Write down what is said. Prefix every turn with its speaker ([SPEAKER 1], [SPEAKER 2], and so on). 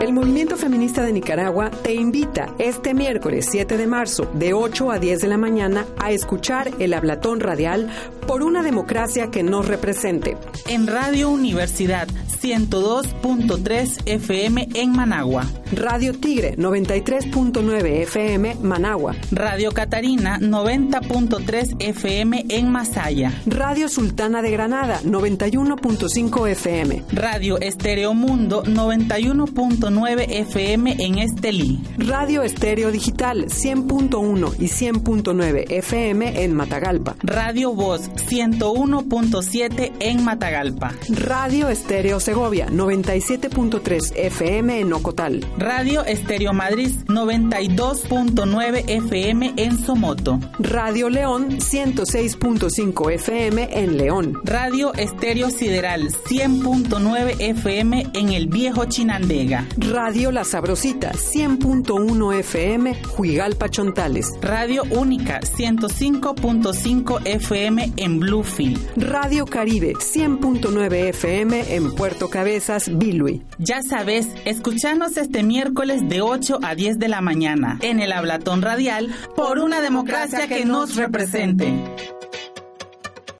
[SPEAKER 1] El movimiento feminista de Nicaragua te invita este miércoles 7 de marzo de 8 a 10 de la mañana a escuchar el Hablatón Radial por una democracia que nos represente.
[SPEAKER 2] En Radio Universidad 102.3 FM en Managua.
[SPEAKER 1] Radio Tigre 93.9 FM Managua.
[SPEAKER 2] Radio Catarina 90.3 FM en Masaya.
[SPEAKER 1] Radio Sultana de Granada 91.5 FM.
[SPEAKER 2] Radio Estéreo Mundo 91.9 FM en Estelí.
[SPEAKER 1] Radio Estéreo Digital 100.1 y 100.9 FM en Matagalpa.
[SPEAKER 2] Radio Voz 101.7 en Matagalpa.
[SPEAKER 1] Radio Estéreo Segovia 97.3 FM en Ocotal.
[SPEAKER 2] Radio Estéreo Madrid 92.9 FM en Somoto.
[SPEAKER 1] Radio León 106.5 FM en León.
[SPEAKER 2] Radio Estéreo Sideral 100.9 FM en El Viejo Chinandega.
[SPEAKER 1] Radio La Sabrosita 100.1 FM Juigalpa Chontales.
[SPEAKER 2] Radio Única 105.5 FM en Bluefield.
[SPEAKER 1] Radio Caribe 100.9 FM en Puerto Cabezas, Bilui.
[SPEAKER 2] Ya sabes, escuchanos este miércoles de 8 a 10 de la mañana en el Hablatón Radial por una democracia que nos represente.